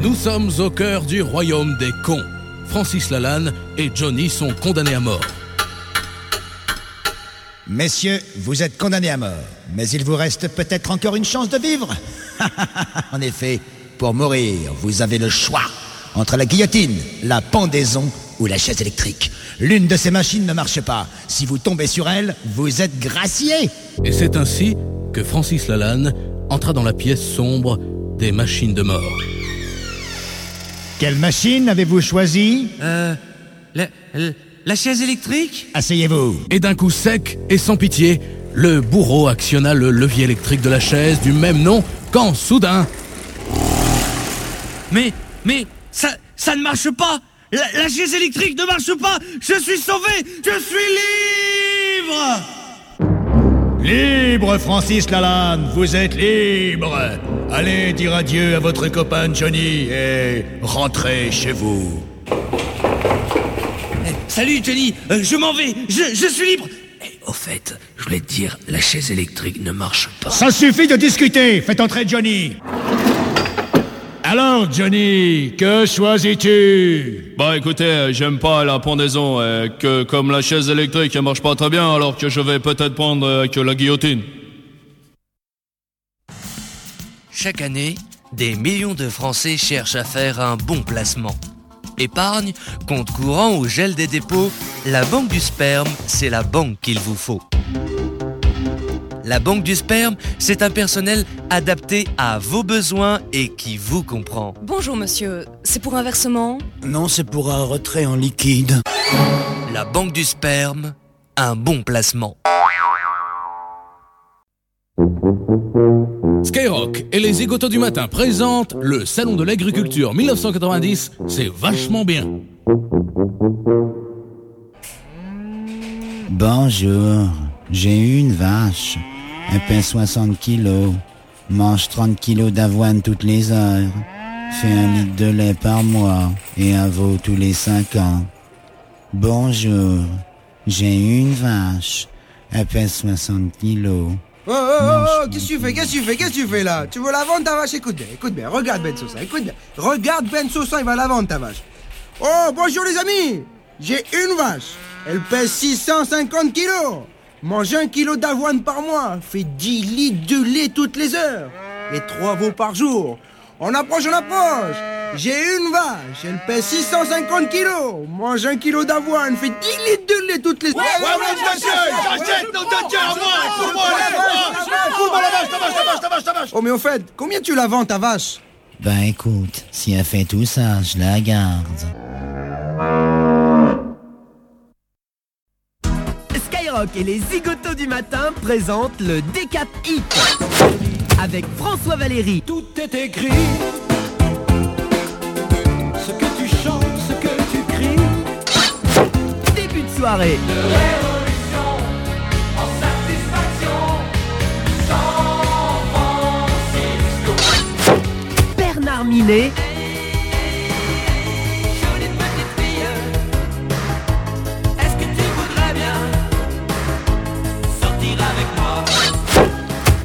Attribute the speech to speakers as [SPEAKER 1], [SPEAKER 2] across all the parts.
[SPEAKER 1] Nous sommes au cœur du royaume des cons. Francis Lalanne et Johnny sont condamnés à mort.
[SPEAKER 2] Messieurs, vous êtes condamnés à mort, mais il vous reste peut-être encore une chance de vivre. en effet, pour mourir, vous avez le choix entre la guillotine, la pendaison ou la chaise électrique. L'une de ces machines ne marche pas. Si vous tombez sur elle, vous êtes gracié.
[SPEAKER 1] Et c'est ainsi que Francis Lalanne entra dans la pièce sombre des machines de mort.
[SPEAKER 2] Quelle machine avez-vous choisie
[SPEAKER 3] Euh. La, la- la chaise électrique
[SPEAKER 2] Asseyez-vous.
[SPEAKER 1] Et d'un coup sec et sans pitié, le bourreau actionna le levier électrique de la chaise du même nom quand soudain,
[SPEAKER 3] Mais. Mais. Ça, ça ne marche pas la, la chaise électrique ne marche pas Je suis sauvé Je suis libre
[SPEAKER 2] Libre, Francis Lalanne, vous êtes libre. Allez dire adieu à votre copain Johnny et rentrez chez vous.
[SPEAKER 3] Eh, Salut Johnny Euh, Je m'en vais je, je suis libre Eh, Au fait, je voulais te dire, la chaise électrique ne marche pas.
[SPEAKER 2] Ça suffit de discuter, faites entrer Johnny. Alors, Johnny, que choisis-tu
[SPEAKER 4] Bah écoutez, euh, j'aime pas la pendaison, euh, que comme la chaise électrique elle marche pas très bien, alors que je vais peut-être prendre euh, que la guillotine.
[SPEAKER 3] Chaque année, des millions de Français cherchent à faire un bon placement. Épargne, compte courant ou gel des dépôts, la banque du sperme, c'est la banque qu'il vous faut. La banque du sperme, c'est un personnel adapté à vos besoins et qui vous comprend.
[SPEAKER 5] Bonjour monsieur, c'est pour un versement
[SPEAKER 6] Non, c'est pour un retrait en liquide.
[SPEAKER 3] La banque du sperme, un bon placement.
[SPEAKER 1] Skyrock et les égotos du matin présentent le Salon de l'Agriculture 1990. C'est vachement bien.
[SPEAKER 6] Bonjour, j'ai une vache. Elle pèse 60 kilos. Mange 30 kilos d'avoine toutes les heures. Fait un litre de lait par mois et un veau tous les 5 ans. Bonjour, j'ai une vache. Elle pèse 60 kilos.
[SPEAKER 7] Oh, oh, oh, oh, qu'est-ce que tu fais, qu'est-ce que tu fais, qu'est-ce que tu fais là Tu veux la vendre ta vache Écoute bien, écoute bien, regarde Ben Sosa, écoute bien. Regarde Ben Sosa, il va la vendre ta vache. Oh, bonjour les amis J'ai une vache, elle pèse 650 kilos. Mange un kilo d'avoine par mois, fait 10 litres de lait toutes les heures et 3 veaux par jour. On approche, on approche J'ai une vache, elle pèse 650 kilos. Mange un kilo d'avoine, fait 10 litres de lait toutes les heures. Oh mais au fait, combien tu la vends ta vache
[SPEAKER 6] Ben écoute, si elle fait tout ça, je la garde.
[SPEAKER 8] Skyrock et les zigotos du matin présentent le Décap Hit avec François Valéry. Tout est écrit. Ce que tu chantes, ce que tu cries. Début de soirée. Bernard Minet.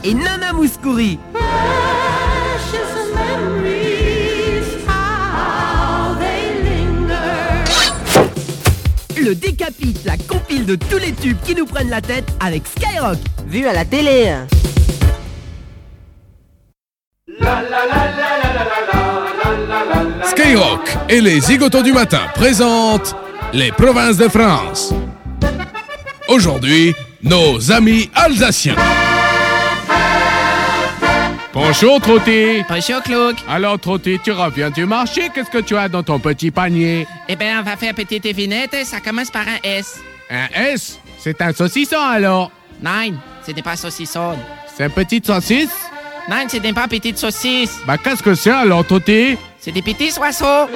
[SPEAKER 8] et Nana Mouskouri. Le décapite, la compile de tous les tubes qui nous prennent la tête avec Skyrock. Vu à la télé. hein.
[SPEAKER 1] Skyrock et les zigotos du matin présentent les provinces de France. Aujourd'hui, nos amis alsaciens.
[SPEAKER 9] Bonjour Trotty
[SPEAKER 10] Bonjour Claude.
[SPEAKER 9] Alors Trotty, tu reviens du marché, qu'est-ce que tu as dans ton petit panier
[SPEAKER 10] Eh bien, on va faire petite devinette. hein. Ça commence par un S.
[SPEAKER 9] Un S C'est un saucisson alors
[SPEAKER 10] Nine, ce n'est pas saucisson.
[SPEAKER 9] C'est un petit saucisse
[SPEAKER 10] Nine, ce n'est pas petite saucisse.
[SPEAKER 9] Bah qu'est-ce que c'est alors Trotty
[SPEAKER 10] C'est des petits oiseaux.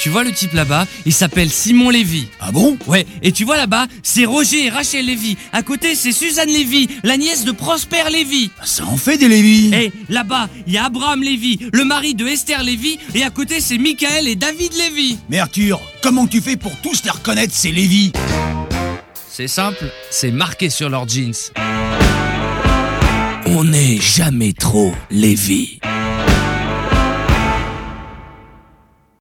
[SPEAKER 3] Tu vois le type là-bas, il s'appelle Simon Lévy.
[SPEAKER 6] Ah bon
[SPEAKER 3] Ouais, et tu vois là-bas, c'est Roger et Rachel Lévy. À côté, c'est Suzanne Lévy, la nièce de Prosper Lévy.
[SPEAKER 6] Ça en fait des lévis
[SPEAKER 3] Eh, là-bas, il y a Abraham Lévy, le mari de Esther Lévy, et à côté, c'est Michael et David Lévy.
[SPEAKER 6] Mais Arthur, comment tu fais pour tous les reconnaître, ces lévis
[SPEAKER 3] C'est simple, c'est marqué sur leurs jeans. On n'est jamais trop Lévy.